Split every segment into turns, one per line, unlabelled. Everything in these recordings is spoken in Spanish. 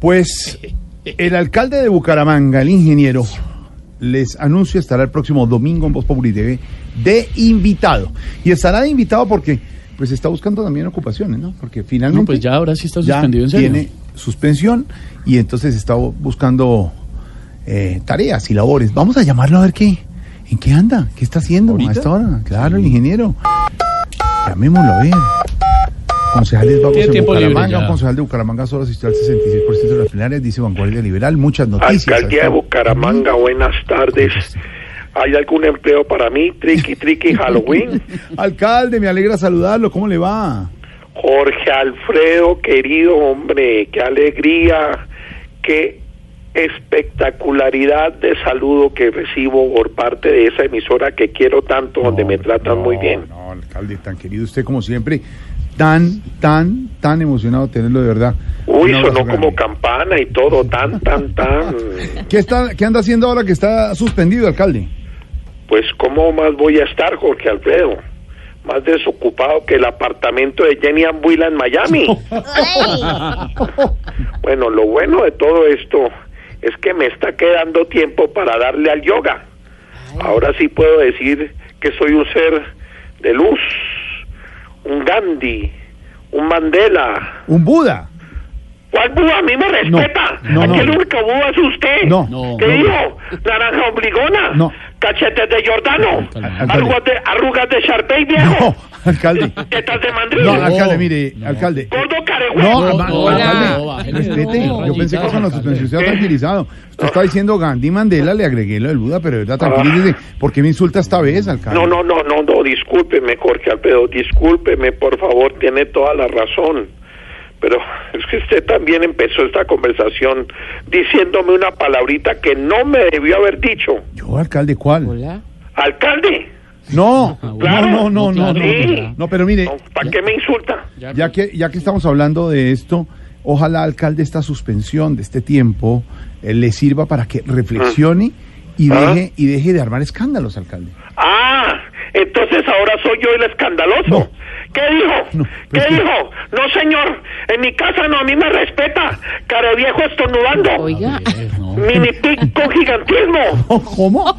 Pues el alcalde de Bucaramanga, el ingeniero, les anuncio estará el próximo domingo en Voz Populi TV de invitado. Y estará de invitado porque pues está buscando también ocupaciones, ¿no? Porque finalmente
No, pues ya ahora sí está
ya
suspendido en serio.
tiene suspensión y entonces está buscando eh, tareas y labores. Vamos a llamarlo a ver qué, en qué anda, qué está haciendo a esta hora. Claro, el ingeniero. Llamémoslo a ver. Concejales vamos
Tiene
en
tiempo libre
Bucaramanga,
ya.
un concejal de Bucaramanga solo asistió al 66% de las finales, dice Vanguardia Liberal, muchas noticias.
Alcaldía de Bucaramanga, buenas tardes. ¿Hay algún empleo para mí? Triqui, triqui, Halloween.
Alcalde, me alegra saludarlo, ¿cómo le va?
Jorge Alfredo, querido hombre, qué alegría, qué espectacularidad de saludo que recibo por parte de esa emisora que quiero tanto, donde me tratan
No,
muy bien.
No, alcalde, tan querido usted como siempre, tan, tan, tan emocionado tenerlo de verdad.
Uy,
Un abrazo
sonó como
grande.
campana y todo, tan, tan, tan.
¿Qué, está, ¿Qué anda haciendo ahora que está suspendido, alcalde?
Pues, ¿cómo más voy a estar, Jorge Alfredo? Más desocupado que el apartamento de Jenny Ambuila en Miami. Bueno, lo bueno de todo esto es que me está quedando tiempo para darle al yoga. Ahora sí puedo decir que soy un ser de luz, un Gandhi, un Mandela.
Un Buda.
¿Cuál Buda? A mí me respeta.
no, no.
Aquí el único Buda es usted.
No, no,
¿Qué
no.
dijo? Naranja ombligona.
No.
Cachetes de Giordano.
Alcalde.
Arrugas de, arrugas de Sharpay viejo.
No, alcalde.
Tetas de mandril.
No, alcalde, mire, alcalde.
Gordo carehueco.
No,
No,
ama-
no,
alcalde,
no, bájale.
respete.
No,
Yo pensé que con
rayita,
la
alcalde.
suspensión estaba tranquilizado. Usted está diciendo Gandhi Mandela, le agregué lo del Buda, pero de verdad, tranquilícese. ¿Por qué me insulta esta vez, alcalde?
Ah. No, no, no, no, no, discúlpeme, Jorge Alfredo, discúlpeme, por favor, tiene toda la razón. Pero es que usted también empezó esta conversación diciéndome una palabrita que no me debió haber dicho.
Yo, alcalde, ¿cuál?
Hola.
Alcalde,
No,
Claro.
no, no, no, no, no,
Sí.
no, pero mire,
no, ¿para qué me insulta?
ya que, ya que estamos hablando de esto, ojalá alcalde esta suspensión de este tiempo eh, le sirva para que reflexione y
Ah.
deje, y deje de armar escándalos, alcalde.
Ah, entonces ahora soy yo el escandaloso.
No.
¿Qué dijo?
No,
¿Qué
pero es que-
dijo? No, señor, en mi casa no, a mí me respeta. Care viejo estornudando.
Oiga.
Mini pic con gigantismo.
Oh, ¿Cómo?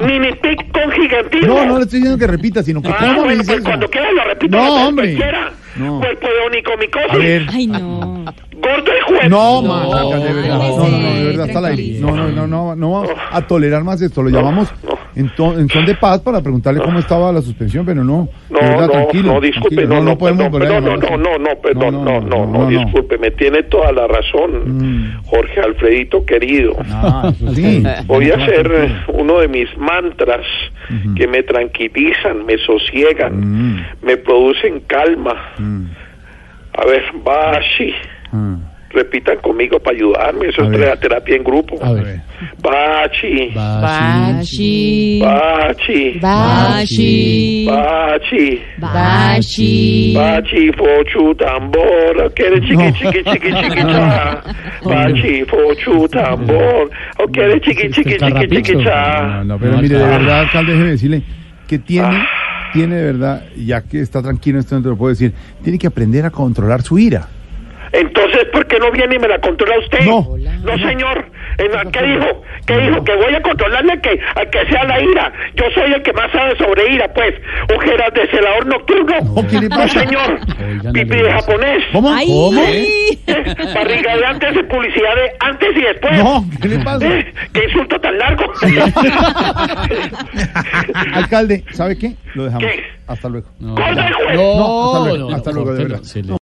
Mini pic con gigantismo.
No, no le estoy diciendo que repita, sino que
Ah,
¿cómo me
bueno,
dice
pues
eso?
cuando quiera lo repito.
No,
lo que
hombre.
Quiera.
No.
Cuerpo de onicomicosis.
A ver,
Ay, no.
Gordo y juez.
no, man, alcalde, de verdad, no, no, no, de
cálmese,
verdad, está al aire. No, no, no, no, no vamos a tolerar más esto, lo llamamos en, to- en son de paz para preguntarle cómo estaba la suspensión, pero no,
No,
de verdad,
no,
tranquilo,
no, disculpe,
tranquilo,
no, no, perdón,
volver a
perdón, no,
llamarlo
no,
así.
no, no, perdón, no, no, no, disculpe, me tiene toda la razón,
Mm.
Jorge Alfredito querido.
Ah, eso sí.
Voy a hacer eh, uno de mis mantras que me tranquilizan, me sosiegan,
Mm,
me producen calma.
mm,
A ver, va así,
mm.
repitan conmigo para ayudarme, eso
A
es
ver.
tra- terapia en grupo.
A
A
ver.
ver.
Bachi,
Bashi.
Bachi,
Bashi.
Bachi,
Bashi.
Bachi fochu tambor, quiere chiqui chiqui chiqui chiqui cha. Bachi fochu tambor, o quiere chiqui chiqui chiqui chiqui
No,
cha.
no, pero
No,
mire, de
Ah.
alcalde.
verdad, alcalde, déjeme decirle que tiene, tiene de verdad, ya que está tranquilo, esto no te lo puedo decir, tiene que aprender a controlar su ira.
Entonces, ¿por qué no viene y me la controla usted?
No.
No, señor. En la- ¿Qué dijo? ¿Qué dijo? Que voy a controlarle al que, al que sea la ira. Yo soy el que más sabe sobre ira, pues. Ojeras de celador nocturno.
No, ¿qué le
No,
pasa?
señor.
Oigan,
Pipi
no
de
le pasa.
japonés. ¿Eh?
¿Cómo?
Ay.
¿Cómo?
Barriga de antes y publicidad de antes y después.
No, ¿qué le pasa?
Eh, ¿Qué insulto tan largo?
Alcalde, ¿sabe qué? Lo dejamos.
¿Qué?
Hasta luego.
No,
¡Gordo y juez!
no,
hasta
no,
luego,
no,
hasta luego, de
córtelo,
verdad.
Oh, se le-